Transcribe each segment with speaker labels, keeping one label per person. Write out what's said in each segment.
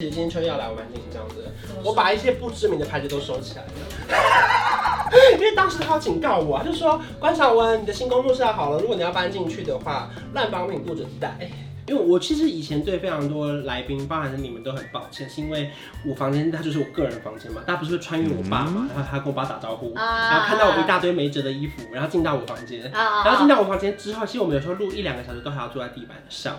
Speaker 1: 其实今天春要来，我蛮紧张的。我把一些不知名的牌子都收起来了， 因为当时他要警告我，他就说：“关晓雯，你的新工作室要好了，如果你要搬进去的话，烂把品不准带。”哎因为我其实以前对非常多来宾，包含你们都很抱歉，是因为我房间它就是我个人房间嘛，大家不是会穿越我爸嘛，然后他跟我爸打招呼，
Speaker 2: 啊
Speaker 1: 然后看到我一大堆没折的衣服，然后进到我房间，
Speaker 2: 啊啊
Speaker 1: 然后进到我房间之后，其实我们有时候录一两个小时都还要坐在地板上。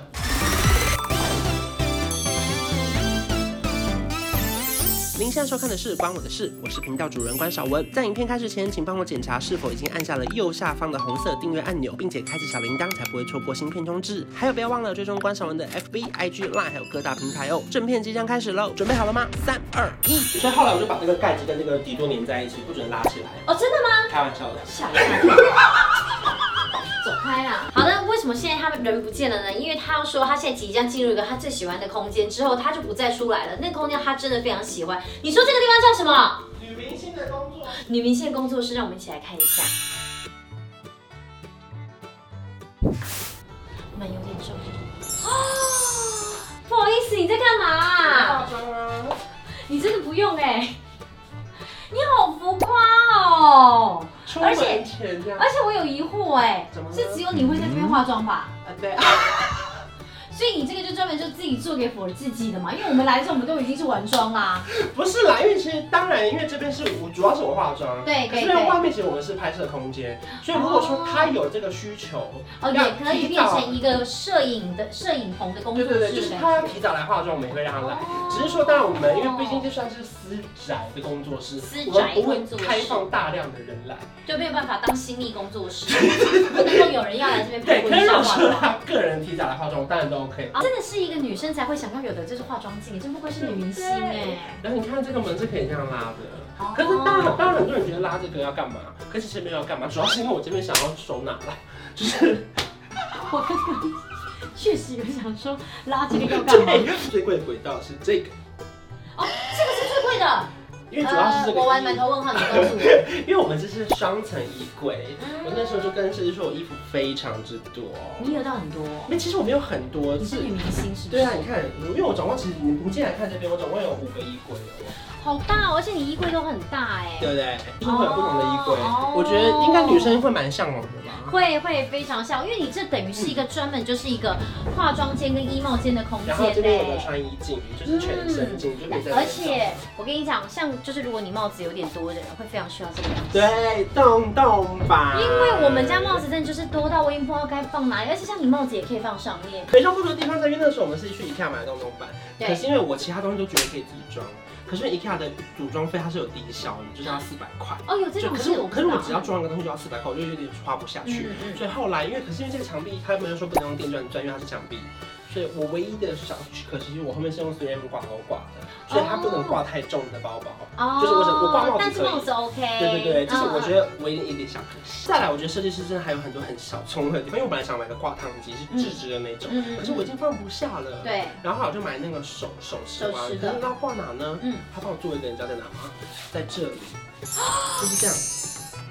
Speaker 1: 您现在收看的是《关我的事》，我是频道主人关少文。在影片开始前，请帮我检查是否已经按下了右下方的红色订阅按钮，并且开启小铃铛，才不会错过新片通知。还有，不要忘了追踪关少文的 FB、IG、Line，还有各大平台哦。正片即将开始喽，准备好了吗？三、二、一。所以后来我就把这个盖子跟这个底座粘在一起，不准拉起来。
Speaker 2: 哦，真的吗？
Speaker 1: 开玩笑的。
Speaker 2: 吓一跳，走开啦！好的，为什么现在他们人不见了呢？因为他要说他现在即将进入一个他最喜欢的空间，之后他就不再出来了。那个空间他真的非常喜欢。你说这个地方叫什么？
Speaker 1: 女明星的工作。
Speaker 2: 女明星的工作室，让我们一起来看一下。我们有点重啊！不好意思，你在干嘛啊、
Speaker 1: 化妆啊。
Speaker 2: 你真的不用哎、你好浮夸哦！
Speaker 1: 出门前这样。
Speaker 2: 而且我有疑惑哎、
Speaker 1: 怎么了
Speaker 2: 是只有你会在这边化妆吧？
Speaker 1: 啊对。
Speaker 2: 所以你这个就专门就自己做给 for 自己的嘛？因为我们来的时候我们都已经是完妆啦，
Speaker 1: 不是啦，因为其实当然，因为这边是我主要是我化妆，
Speaker 2: 对
Speaker 1: 可是啊
Speaker 2: 对
Speaker 1: 那
Speaker 2: 对
Speaker 1: 外面其实我们是拍摄空间，所以如果说他有这个需求，
Speaker 2: 哦，
Speaker 1: 要
Speaker 2: 也可以
Speaker 1: 提
Speaker 2: 变
Speaker 1: 早
Speaker 2: 成一个摄影的摄影棚的工
Speaker 1: 对
Speaker 2: 作
Speaker 1: 对
Speaker 2: 室
Speaker 1: 对，
Speaker 2: 的感
Speaker 1: 就是
Speaker 2: 觉。
Speaker 1: 他要提早来化妆，我们也会让他来。
Speaker 2: 哦
Speaker 1: 只是说，当然我们因为毕竟这算是私宅的工作室，
Speaker 2: 私
Speaker 1: 我
Speaker 2: 宅
Speaker 1: 们不
Speaker 2: 工作
Speaker 1: 会
Speaker 2: 室
Speaker 1: 开放大量的人来，
Speaker 2: 就没有办法当新密工作室， 不能够有人要来这边
Speaker 1: 对，
Speaker 2: 拍婚
Speaker 1: 可是如
Speaker 2: 纱
Speaker 1: 果
Speaker 2: 化
Speaker 1: 说
Speaker 2: 妆。
Speaker 1: 他个人提早来化妆，当然都 OK。
Speaker 2: 啊，真的是一个女生才会想要有的，就是化妆镜，真不愧是女明星哎。
Speaker 1: 然后你看这个门是可以这样拉的。
Speaker 2: 哦
Speaker 1: 可是当然，当然很多人觉得拉这个要干嘛？可是其实没有要干嘛，主要是因为我这边想要收纳啦，就是
Speaker 2: 我刚刚确实有想说拉 这个要干嘛？
Speaker 1: 对，最贵的轨道是这个，
Speaker 2: 哦，这个是最贵的。
Speaker 1: 因为主要是这个
Speaker 2: 呃我玩
Speaker 1: 衣
Speaker 2: 满头问号，你告诉我。
Speaker 1: 因为我们这是双层衣柜，
Speaker 2: 嗯
Speaker 1: 我那时候就跟设计师说我衣服非常之多，
Speaker 2: 你有到很多，
Speaker 1: 没其实我没有很多，
Speaker 2: 你
Speaker 1: 是
Speaker 2: 是女明星是不是？
Speaker 1: 对啊，你看，因为我总共其实你你进来看这边，我总共有五个衣柜哦，
Speaker 2: 好大、哦，而且你衣柜都很大哎、
Speaker 1: 对不对？就是会有不同的衣柜
Speaker 2: 哦，
Speaker 1: 我觉得应该女生会蛮向往的吧。
Speaker 2: 会会非常像，因为你这等于是一个专门就是一个化妆间跟衣帽间的空
Speaker 1: 然后这
Speaker 2: 间
Speaker 1: 边有个
Speaker 2: 嘞、
Speaker 1: 穿衣镜，就是全身镜，就可以在这边
Speaker 2: 而且我跟你讲，像就是如果你帽子有点多的人，会非常需要这个样子。
Speaker 1: 对动动吧，
Speaker 2: 因为我们家帽子真的就是多到我已经不知道该放哪里，而且像你帽子也可以放上面。
Speaker 1: 没上不足的地方在于，那时候我们是去 IKEA 买洞洞板，
Speaker 2: 对
Speaker 1: 可是因为我其他东西都觉得可以自己装，可是 IKEA 的组装费它是有低消的，就是要四百块。
Speaker 2: 哦，有这
Speaker 1: 就
Speaker 2: 种
Speaker 1: 可
Speaker 2: 事
Speaker 1: 是我，
Speaker 2: 我
Speaker 1: 可是我只要装一个东西就要四百块，我就有点花不下去。
Speaker 2: 嗯嗯
Speaker 1: 所以后来，因为可是因为这个墙壁，他们又说不能用电钻钻，因为它是墙壁，所以我唯一的小可惜是我后面是用 3M 挂钩挂的，所以它不能挂太重的包包。
Speaker 2: 哦
Speaker 1: 就是我只我挂帽子
Speaker 2: 但是
Speaker 1: 可以
Speaker 2: 帽子 OK。嗯
Speaker 1: 对对对，这是我觉
Speaker 2: 得。
Speaker 1: 得唯一的一点小可惜。再来，我觉得设计师真的还有很多很小聪慧的地方，因为我本来想买个挂烫机是直直的那种，
Speaker 2: 嗯嗯嗯嗯
Speaker 1: 可是我已经放不下了。。
Speaker 2: 对，
Speaker 1: 然后后来我就买那个手手持
Speaker 2: 手
Speaker 1: 挂，可
Speaker 2: 持
Speaker 1: 是
Speaker 2: 的
Speaker 1: 那要挂哪呢？
Speaker 2: 嗯
Speaker 1: 他帮我做一个，你知道在哪吗？在这里，就是这样。
Speaker 2: 嗯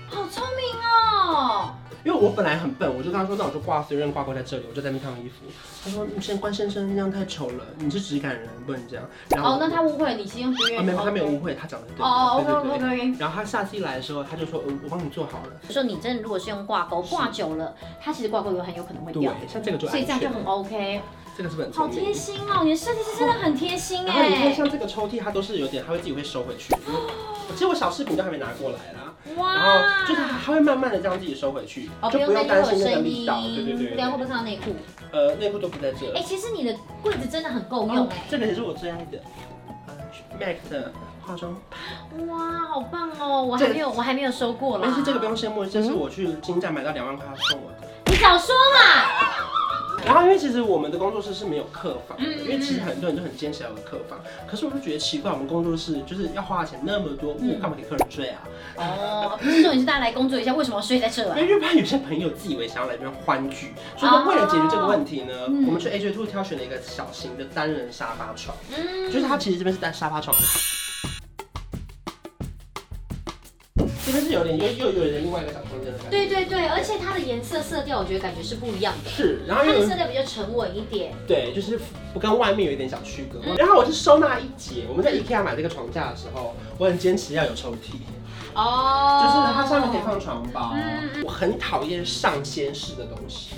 Speaker 2: 好聪明哦。
Speaker 1: 因为我本来很笨，我就跟他说，那我就挂随便挂钩在这里，我就在那边烫衣服。他说，嗯你先关先生这样太丑了，你是质感人，不能这样。然后
Speaker 2: 哦
Speaker 1: 我，
Speaker 2: 那他误会了，你其实用不
Speaker 1: 啊
Speaker 2: 愿
Speaker 1: 没有，他没有误会，他讲的对的。
Speaker 2: 哦
Speaker 1: 对
Speaker 2: ，OK
Speaker 1: 对
Speaker 2: OK
Speaker 1: 对。
Speaker 2: OK。
Speaker 1: 然后他下次一来的时候，他就说，呃我帮你做好了。
Speaker 2: 就说你真的如果是用挂钩挂久了，它其实挂钩油很有可能会
Speaker 1: 对
Speaker 2: 掉，，
Speaker 1: 像这个就
Speaker 2: 所以
Speaker 1: 安
Speaker 2: 这样就
Speaker 1: 全
Speaker 2: 很，OK。
Speaker 1: 这个是很
Speaker 2: 好
Speaker 1: 聪
Speaker 2: 贴
Speaker 1: 明。
Speaker 2: 心哦，你的设计师真的很贴心
Speaker 1: 然后你看
Speaker 2: 哎。
Speaker 1: 像这个抽屉，它都是有点，它会自己会收回去。我其实我小饰品都还没拿过来啦，然后就是它
Speaker 2: 哇。
Speaker 1: 它会慢慢的这样自己收回去，
Speaker 2: 哦，
Speaker 1: 就
Speaker 2: 不
Speaker 1: 不
Speaker 2: 用
Speaker 1: 用
Speaker 2: 担
Speaker 1: 担
Speaker 2: 心
Speaker 1: 心
Speaker 2: 会
Speaker 1: 那个
Speaker 2: 有声
Speaker 1: 力
Speaker 2: 音，
Speaker 1: 道。对对对
Speaker 2: 等下会不会
Speaker 1: 对，
Speaker 2: 看到内裤？
Speaker 1: 呃，内裤都不在这。嗯
Speaker 2: 哎，其实你的柜子真的很够用哎。
Speaker 1: 哦这个也是我最爱的，呃，MAC 的化妆品。
Speaker 2: 哇，好棒哦！我还没有，我嗯还没有收过啦。
Speaker 1: 但是这个不用羡慕，这是我去金站买到两万块他送我的。
Speaker 2: 你早说嘛！
Speaker 1: 然后因为其实我们的工作室是没有客房的，
Speaker 2: 嗯嗯嗯嗯
Speaker 1: 因为其实很多人都很坚持要有客房，可是我就觉得奇怪，我们工作室就是要花的钱那么多，
Speaker 2: 嗯
Speaker 1: 我干嘛给客人睡啊？
Speaker 2: 哦，不是重点是大家来工作一下，为什么要睡在这啊
Speaker 1: 因？为日本有些朋友自以为想要来这边欢聚，所以说为了解决这个问题呢，
Speaker 2: 嗯
Speaker 1: 我们去 AJ Two 挑选了一个小型的单人沙发床，
Speaker 2: 嗯，
Speaker 1: 就是它其实这边是单沙发床。这边但是有点又又有点另外一个小空间的感觉。
Speaker 2: 对对对，而且它的颜色色调，我觉得感觉是不一样的。
Speaker 1: 是，然后
Speaker 2: 它
Speaker 1: 又
Speaker 2: 的
Speaker 1: 有
Speaker 2: 色调比较沉稳一点，
Speaker 1: 对，就是不跟外面有一点小区隔
Speaker 2: 嗯。
Speaker 1: 然后我是收纳一节，我们在 IKEA 买这个床架的时候，我很坚持要有抽屉，
Speaker 2: 哦
Speaker 1: 就是它上面可以放床包
Speaker 2: 嗯。
Speaker 1: 我很讨厌上掀式的东西。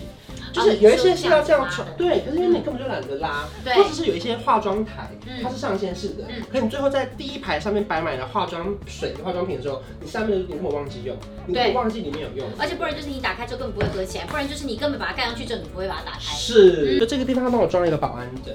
Speaker 1: 就
Speaker 2: 哦
Speaker 1: 是
Speaker 2: 你
Speaker 1: 有一
Speaker 2: 是
Speaker 1: 些是要
Speaker 2: 这
Speaker 1: 这
Speaker 2: 样
Speaker 1: 样
Speaker 2: 子
Speaker 1: 抽
Speaker 2: 拉的，嗯
Speaker 1: 对，可是因为你根本就懒得拉，
Speaker 2: 对
Speaker 1: 或者是有一些化妆台
Speaker 2: 嗯，
Speaker 1: 它是上线式的
Speaker 2: 嗯，
Speaker 1: 可你最后在第一排上面摆满了化妆水、化妆品的时候，你下面你根本忘记用，你根
Speaker 2: 对
Speaker 1: 本忘记里面有用。
Speaker 2: 而且不然就是你打开之后根本不会合起来，不然就是你根本把它盖上去之后你不会把它打嗯开。
Speaker 1: 是，就这个地方帮我装了一个保安灯。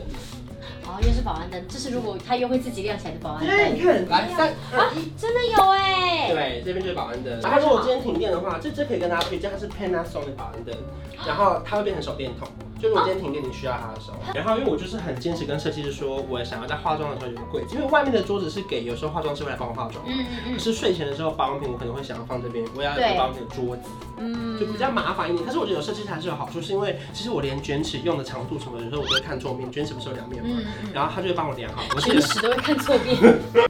Speaker 2: 哦，又是保安灯，这是如果它又会自己亮起来的保安
Speaker 1: 对，
Speaker 2: 灯。
Speaker 1: 你看，来
Speaker 2: 对啊
Speaker 1: 三二一。
Speaker 2: 真的有哎、
Speaker 1: 对，这边就是保安
Speaker 2: 啊
Speaker 1: 灯。然后如果今天停电的话，这这可以跟大家推荐，它是 Panasonic 保安灯，
Speaker 2: 啊
Speaker 1: 然后它会变成手电筒。就如果今天停电，你需要它的时
Speaker 2: 啊
Speaker 1: 候。然后因为我就是很坚持跟设计师说，我想要在化妆的时候有个柜子，因为外面的桌子是给有时候化妆师会来帮我化妆。
Speaker 2: 嗯
Speaker 1: 可
Speaker 2: 嗯
Speaker 1: 是睡前的时候，保养品我可能会想要放这边，我要有
Speaker 2: 对
Speaker 1: 个保养品的桌子，
Speaker 2: 嗯，
Speaker 1: 就比较麻烦一点。但是我觉得有设计师还是有好处，是因为其实我连卷尺用的长度什么，有时候我都会看桌面，卷尺不是有两面吗？
Speaker 2: 嗯嗯
Speaker 1: 然后他就会帮我量好，我
Speaker 2: 嗯，
Speaker 1: 觉
Speaker 2: 全
Speaker 1: 得
Speaker 2: 时都会看错边，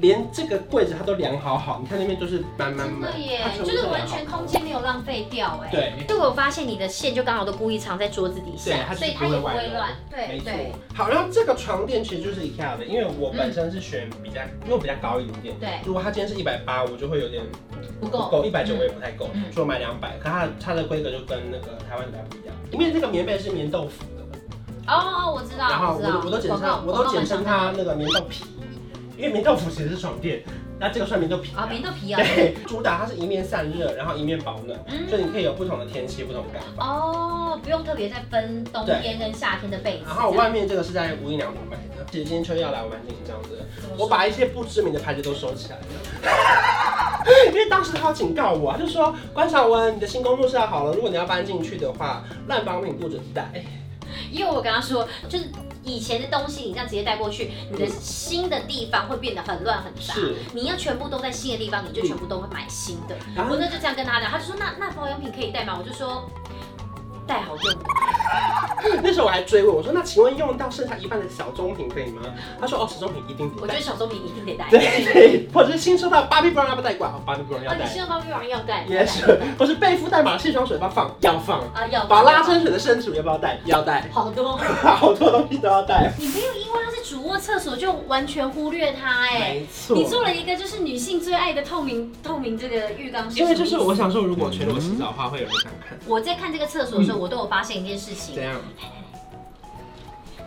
Speaker 1: 连这个柜子他都量好好，你看那边都是满满
Speaker 2: 真
Speaker 1: 满
Speaker 2: 的耶
Speaker 1: 它，全部
Speaker 2: 就
Speaker 1: 都
Speaker 2: 是
Speaker 1: 量
Speaker 2: 完
Speaker 1: 好
Speaker 2: 全空间没有浪费掉哎。。
Speaker 1: 对。
Speaker 2: 就我发现你的线就刚好都故意藏在桌子底
Speaker 1: 对
Speaker 2: 下，
Speaker 1: 它就是
Speaker 2: 所以它
Speaker 1: 不
Speaker 2: 也
Speaker 1: 会
Speaker 2: 不会
Speaker 1: 歪的
Speaker 2: 乱。对
Speaker 1: 没错
Speaker 2: 对，嗯
Speaker 1: 好，然后这个床垫其实就是 IKEA 的，因为我本身是选比较，因为我比较高一点点。
Speaker 2: 对
Speaker 1: 如果它今天是一百八，我就会有点
Speaker 2: 不
Speaker 1: 不
Speaker 2: 够。
Speaker 1: 够，一百九我也不太够
Speaker 2: 嗯，
Speaker 1: 所以我买两百。可它的它的规格就跟那个台湾的不一样。里面这个棉被是棉豆腐的，
Speaker 2: 哦哦，我知道，
Speaker 1: 然后
Speaker 2: 知
Speaker 1: 我
Speaker 2: 道
Speaker 1: 都，我都简
Speaker 2: 广告
Speaker 1: 称我都简称。它那个棉豆皮，因为棉豆腐其实是床垫，那这个算棉豆皮
Speaker 2: 啊，棉豆皮啊。
Speaker 1: 对，主打它是一面散热，然后一面保暖，
Speaker 2: 嗯
Speaker 1: 所以你可以有不同的天气、不同的干法。
Speaker 2: 哦，不用特别再分冬天跟夏天的被子。
Speaker 1: 然后外面这个是在无印良品买的，其实今天秋叶要来，我蛮紧张的。我把一些不知名的牌子都收起来了。 因为当时他有警告我，啊他就说：“关晓雯，你的新工作室要好了，如果你要搬进去的话，烂保品不准带。
Speaker 2: 因为我跟他说，就是以前的东西你这样直接带过去，你的新的地方会变得很乱很”杂。
Speaker 1: 是，
Speaker 2: 你要全部都在新的地方，你就全部都会买新的。
Speaker 1: 然
Speaker 2: 我
Speaker 1: 后
Speaker 2: 那就这样跟他讲，他就说那那保养品可以带吗？我就说带好用的。
Speaker 1: 那时候我还追问我说：“那请问用到剩下一半的小棕瓶可以吗？”他说：“哦，小棕瓶一定
Speaker 2: 我
Speaker 1: 得
Speaker 2: 觉
Speaker 1: 带
Speaker 2: 得。小棕瓶一定得带”。
Speaker 1: 对 对，或者是新收到芭比布朗要不带管，哦，芭比布朗要
Speaker 2: 啊，你
Speaker 1: 带，
Speaker 2: 新的保养品要 带。
Speaker 1: 也
Speaker 2: 要
Speaker 1: 是，或是贝夫代码的卸妆水要不要放，要放，
Speaker 2: 带啊，要
Speaker 1: 宝拉真水的身体乳要不要带，要带，
Speaker 2: 好多。
Speaker 1: 好多东西都要带。
Speaker 2: 你没有因为它是主卧厕所就完全忽略它哎。
Speaker 1: 没错，
Speaker 2: 你做了一个就是女性最爱的透明透明这个浴缸，
Speaker 1: 因为就是我。想说，如果全裸洗澡的话，会有人想看。
Speaker 2: 我在看这个厕所的时候，我都有发现一件事情
Speaker 1: 怎，样？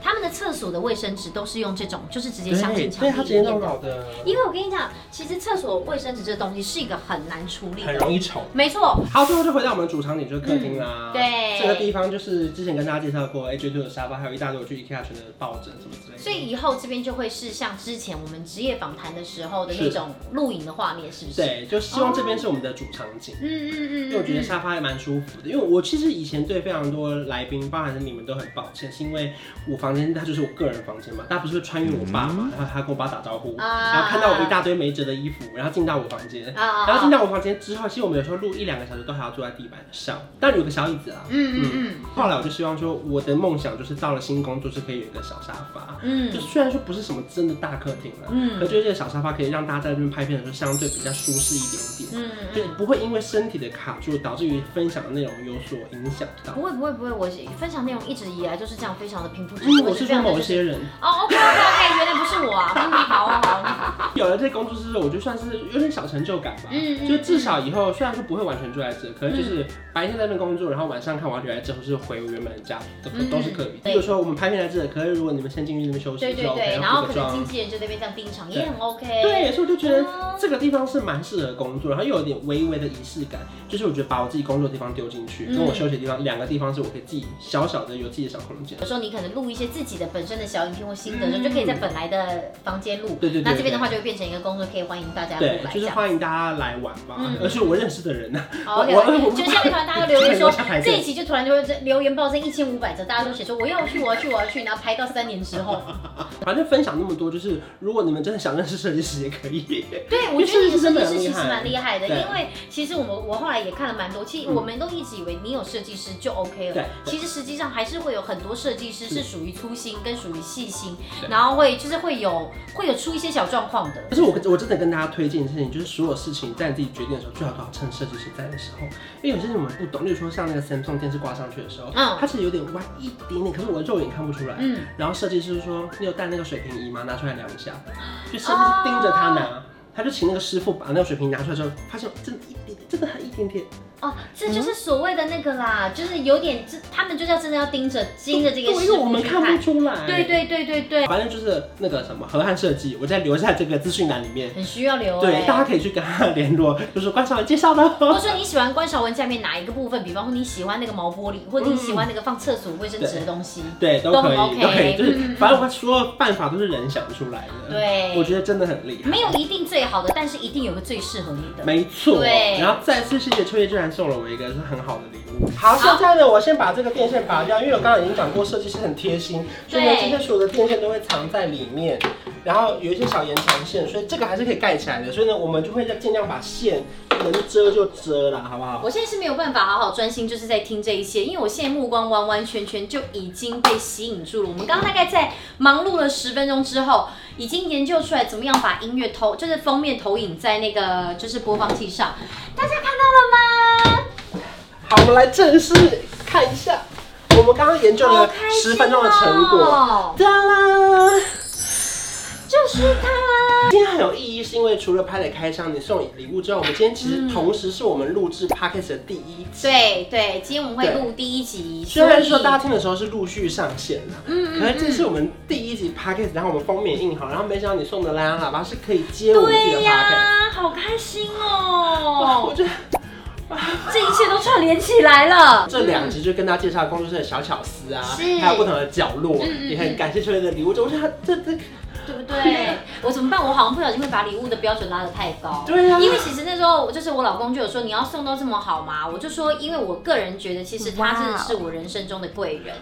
Speaker 2: 他们的厕所的卫生纸都是用这种，就是直接镶
Speaker 1: 对，
Speaker 2: 进
Speaker 1: 对，
Speaker 2: 墙
Speaker 1: 他
Speaker 2: 壁
Speaker 1: 直
Speaker 2: 里
Speaker 1: 接弄
Speaker 2: 面的。
Speaker 1: 老的，
Speaker 2: 因为我跟你讲，其实厕所卫生纸这东西是一个很难处理
Speaker 1: 很
Speaker 2: 的。
Speaker 1: 容易丑。
Speaker 2: 没错，
Speaker 1: 好，最后就回到我们的主场景，就是客厅啦。
Speaker 2: 对
Speaker 1: 这个地方就是之前跟大家介绍过 AJ Two 的沙发，还有一大堆我去 IKEA 选的抱枕什么之类的。
Speaker 2: 所以以后这边就会是像之前我们职业访谈的时候的那
Speaker 1: 是
Speaker 2: 种录影的画面，是不是？
Speaker 1: 对，就希望这边是我们的主场景。
Speaker 2: 嗯嗯嗯
Speaker 1: 因
Speaker 2: 嗯。
Speaker 1: 为我觉得
Speaker 2: 嗯
Speaker 1: 沙发还蛮舒服的，因为我其实以前对非常多来宾，包含是你们都很抱歉，是因为我房间它就是我个人房间嘛，大家不是会穿越我爸嘛，然后他跟我爸打招呼，
Speaker 2: 啊
Speaker 1: 然后看到我一大堆没折的衣服，然后进到我房间，
Speaker 2: 啊啊
Speaker 1: 然后进
Speaker 2: 啊！
Speaker 1: 到我房间之后，其实我们有时候录一两个小时都还要坐在地板上，但有个小椅子啊。
Speaker 2: 嗯嗯嗯
Speaker 1: 后来我就希望说，我的梦想就是到了新工作室可以有一个小沙发，
Speaker 2: 嗯
Speaker 1: 就虽然说不是什么真的大客厅了，
Speaker 2: 嗯
Speaker 1: 可就是这个小沙发可以让大家在这边拍片的时候相对比较舒适一点点，
Speaker 2: 嗯嗯，
Speaker 1: 就不会因为身体的卡住导致于分享的内容有所影响到
Speaker 2: 不。会不会不会，我分享内容一直以来就是这样，非常的平铺直
Speaker 1: 因为
Speaker 2: 叙。
Speaker 1: 我是
Speaker 2: 非
Speaker 1: 说
Speaker 2: 常的
Speaker 1: 某
Speaker 2: 嗯就是
Speaker 1: 些人，
Speaker 2: 哦，OK OK OK，原来不是我 啊，嗯好啊好啊，
Speaker 1: 有了这工作室之后，我就算是有点小成就感吧。
Speaker 2: 嗯嗯嗯
Speaker 1: 就至少以后虽然说不会完全住在这，可能就是白天在那边工作，然后晚上看完留在这，或是回我原本的家，都可
Speaker 2: 嗯
Speaker 1: 都是可以。比
Speaker 2: 对
Speaker 1: 如说我们拍片在这，可是如果你们先进去那边休息
Speaker 2: 对
Speaker 1: 之
Speaker 2: 对
Speaker 1: 后，
Speaker 2: 对，
Speaker 1: 可
Speaker 2: 然
Speaker 1: 能要
Speaker 2: 后
Speaker 1: 补
Speaker 2: 可
Speaker 1: 个
Speaker 2: 能经
Speaker 1: 妆。
Speaker 2: 纪人就在那边这样盯场，
Speaker 1: 对
Speaker 2: 也很 OK。
Speaker 1: 对，所以我就觉得
Speaker 2: 哦
Speaker 1: 这个地方是蛮适合工作，然后又有点微微的仪式感，就是我觉得把我自己工作的地方丢进去，
Speaker 2: 嗯
Speaker 1: 跟我休息的地方两个地方是我可以自己小小的有自己的小空间。
Speaker 2: 有时候你可能录一些自己的本身的小影片或心得的时候，就可以在本来的房间录。
Speaker 1: 对对对
Speaker 2: 那这边的话就会变成一个工作，可以欢迎大家
Speaker 1: 对
Speaker 2: 过，来
Speaker 1: 就
Speaker 2: 这
Speaker 1: 是
Speaker 2: 样。
Speaker 1: 欢迎大家来玩吧，
Speaker 2: 嗯
Speaker 1: 而且我认识的人啊呢、
Speaker 2: 好，OK
Speaker 1: 我我
Speaker 2: OK，
Speaker 1: 我
Speaker 2: 就下面突然大家留言 说
Speaker 1: 我想排，
Speaker 2: 这
Speaker 1: 队
Speaker 2: 一期就突然就会留言暴增一千五百则，大家都写说我要去我要去我要去，然后拍到三年之后。
Speaker 1: 反正分享那么多，就是如果你们真的想认识设计师也可 以。
Speaker 2: 对，我觉得你
Speaker 1: 因为设计
Speaker 2: 的设计师其
Speaker 1: 师真的很厉
Speaker 2: 实
Speaker 1: 害
Speaker 2: 蛮厉害的，
Speaker 1: 对嗯
Speaker 2: 因为其实我们我后来也看了蛮多，其实我们都一直以为你有设计师就 OK 了
Speaker 1: 对，
Speaker 2: 其实实际上还是会有很多设计师是属于粗心跟属于细心，
Speaker 1: 对
Speaker 2: 然后会就是会有会有出一些小状况的，的。
Speaker 1: 但是我我真的跟大家推荐一件事情，就是所有事情在你自己决定的时候，最好都要趁设计师在的时候，因为有些事情我们不懂，例如说像那个 Samsung 电视挂上去的时候，
Speaker 2: 嗯
Speaker 1: 它其实有点歪一点点，可是我的肉眼看不出来。
Speaker 2: 嗯，
Speaker 1: 然后设计师说：“你有带那个水平仪吗？拿出来量一下。”就设计
Speaker 2: 哦
Speaker 1: 师盯着他拿，他就请那个师傅把那个水平拿出来之后，发现真的一点点，真的还一点点。
Speaker 2: 哦，这
Speaker 1: 嗯
Speaker 2: 就是所谓的那个啦，就是有点，这他们就是要真的要盯着盯着这个
Speaker 1: 对，
Speaker 2: 事
Speaker 1: 因为我
Speaker 2: 物
Speaker 1: 们
Speaker 2: 去
Speaker 1: 看不
Speaker 2: 看。
Speaker 1: 出来。
Speaker 2: 对对对对对，
Speaker 1: 反正就是那个什么河汉设计，我再留在这个资讯栏里面。
Speaker 2: 很需要留
Speaker 1: 对，大家
Speaker 2: 哎。
Speaker 1: 可以去跟他联络，就是关少文介绍的
Speaker 2: 或
Speaker 1: 哦。
Speaker 2: 者说你喜欢关少文下面哪一个部分？比方说你喜欢那个毛玻璃，或者你
Speaker 1: 嗯
Speaker 2: 喜欢那个放厕所卫生纸的东西。
Speaker 1: 对，都可以，
Speaker 2: 都很 OK，
Speaker 1: 都可以，就是
Speaker 2: 嗯嗯嗯
Speaker 1: 反正我所有办法都是人想出来的。，
Speaker 2: 对，
Speaker 1: 我觉得真的很厉害。
Speaker 2: 没有一定最好的，但是一定有个最适合你的。
Speaker 1: 没错，
Speaker 2: 对
Speaker 1: 然后再次谢谢秋叶居然送了我一个是很好的礼物。好，现在呢，我先把这个电线拔掉，因为我刚刚已经讲过设计师很贴心，所以呢
Speaker 2: 对
Speaker 1: 这些所有的电线都会藏在里面，然后有一些小延长线，所以这个还是可以盖起来的。所以呢，我们就会尽量把线能遮就遮了，好不好？
Speaker 2: 我现在是没有办法好好专心，就是在听这一些，因为我现在目光弯弯圈圈就已经被吸引住了。我们刚刚大概在忙碌了十分钟之后，已经研究出来怎么样把音乐投，就是封面投影在那个就是播放器上。大家看到了吗？
Speaker 1: 好，我们来正式看一下，我们刚刚研究
Speaker 2: 好
Speaker 1: 了
Speaker 2: 开心
Speaker 1: 十分钟的成果。
Speaker 2: 哦，
Speaker 1: 哒啦！
Speaker 2: 就是它。
Speaker 1: 今天很有意义，是因为除了拍的开箱，你送礼物之外，我们今天其实同时是我们录制 podcast 的第一集。
Speaker 2: 对对，今天我们会录第一集，
Speaker 1: 虽然说
Speaker 2: 所以
Speaker 1: 大家听的时候是陆续上线啦，
Speaker 2: 嗯嗯
Speaker 1: 可是这是我们第一集 podcast，然后我们封面印好，然后没想到你送的蓝牙喇叭是可以接我们自己的
Speaker 2: 对
Speaker 1: podcast，
Speaker 2: 呀、好开心
Speaker 1: 哇
Speaker 2: 哦
Speaker 1: 我！觉得
Speaker 2: 这一切都串联起来了。
Speaker 1: 这两集就跟大家介绍工作室的小巧思啊，
Speaker 2: 是
Speaker 1: 还有不同的角落，
Speaker 2: 嗯嗯
Speaker 1: 也很感谢秋叶的礼物，我觉得这这
Speaker 2: 对不对？我怎么办？我好像不小心会把礼物的标准拉得太高。
Speaker 1: 对啊
Speaker 2: 因为其实那时候就是我老公就有说你要送到这么好吗？我就说，因为我个人觉得其实他真的是我人生中的贵人，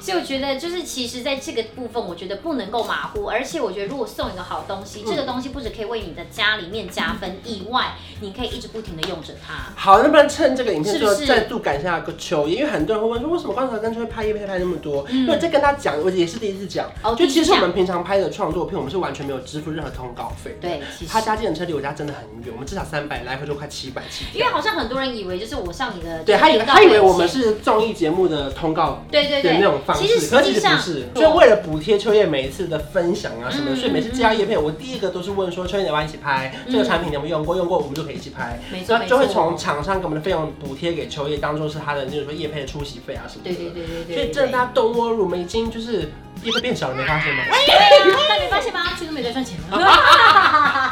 Speaker 2: 所以我觉得就是其实在这个部分，我觉得不能够马虎，而且我觉得如果送一个好东
Speaker 1: 嗯
Speaker 2: 西，这个东西不只可以为你的家里面加分以外，你可以一直不停的用着它。
Speaker 1: 好，能不能趁这个影片之后
Speaker 2: 是不是
Speaker 1: 再度感谢下个秋叶？因为很多人会问说，为什么观察跟秋叶拍叶片拍那么多？
Speaker 2: 嗯
Speaker 1: 因为在跟他讲，我也是第一次讲
Speaker 2: 哦，
Speaker 1: 就其
Speaker 2: 第一次
Speaker 1: 实
Speaker 2: 讲
Speaker 1: 我们平常拍的创作片，我们是完全没有支付任何通告费。
Speaker 2: 对，其实
Speaker 1: 他家计程车离我家真的很远，我们至少三百，来回就快七百起
Speaker 2: 因为好像很多人以为就是我上你的，
Speaker 1: 对他以为他以为我们是综艺节目的通告
Speaker 2: 对
Speaker 1: 的
Speaker 2: 对对
Speaker 1: 那种方
Speaker 2: 其实
Speaker 1: 式，可
Speaker 2: 实
Speaker 1: 其
Speaker 2: 际
Speaker 1: 实
Speaker 2: 上
Speaker 1: 不是。所以为了补贴秋叶每一次的分享啊什么的，
Speaker 2: 嗯
Speaker 1: 所以每次接到叶片，我第一个都是问说秋叶要不要一起拍
Speaker 2: 嗯
Speaker 1: 这个产品，你有没有用过？用过我们就可以一起拍。
Speaker 2: 没错
Speaker 1: 然
Speaker 2: 没
Speaker 1: 后
Speaker 2: 错，
Speaker 1: 就会从厂商给我们的费用补贴给秋叶，当做是他的，就是说叶片的出席费啊什么的。
Speaker 2: 对对对对对，
Speaker 1: 所以真的大家 don't worry，我们已经就是叶片变小了，没发现吗？
Speaker 2: 对啊，但没发现吗？去都没在赚钱
Speaker 1: 啊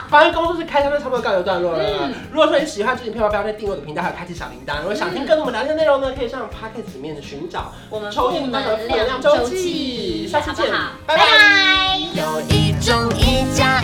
Speaker 2: 了。
Speaker 1: 反正工作室开箱就差不多告一段落了。
Speaker 2: 嗯
Speaker 1: 如果说你喜欢这影片，不要再订阅我的频道，还有开启小铃铛。如果想听更多我们聊天的内容呢，可以上 Podcast 里面寻找
Speaker 2: 我们
Speaker 1: 抽
Speaker 2: 负
Speaker 1: 烟的
Speaker 2: 能
Speaker 1: 能
Speaker 2: 量
Speaker 1: 量
Speaker 2: 周
Speaker 1: 周
Speaker 2: 记
Speaker 1: 记。，
Speaker 2: 好
Speaker 1: 下
Speaker 2: 不
Speaker 1: 次
Speaker 2: 好
Speaker 1: 见，？拜
Speaker 2: 拜
Speaker 1: 拜。
Speaker 2: 拜。
Speaker 3: 有一种一加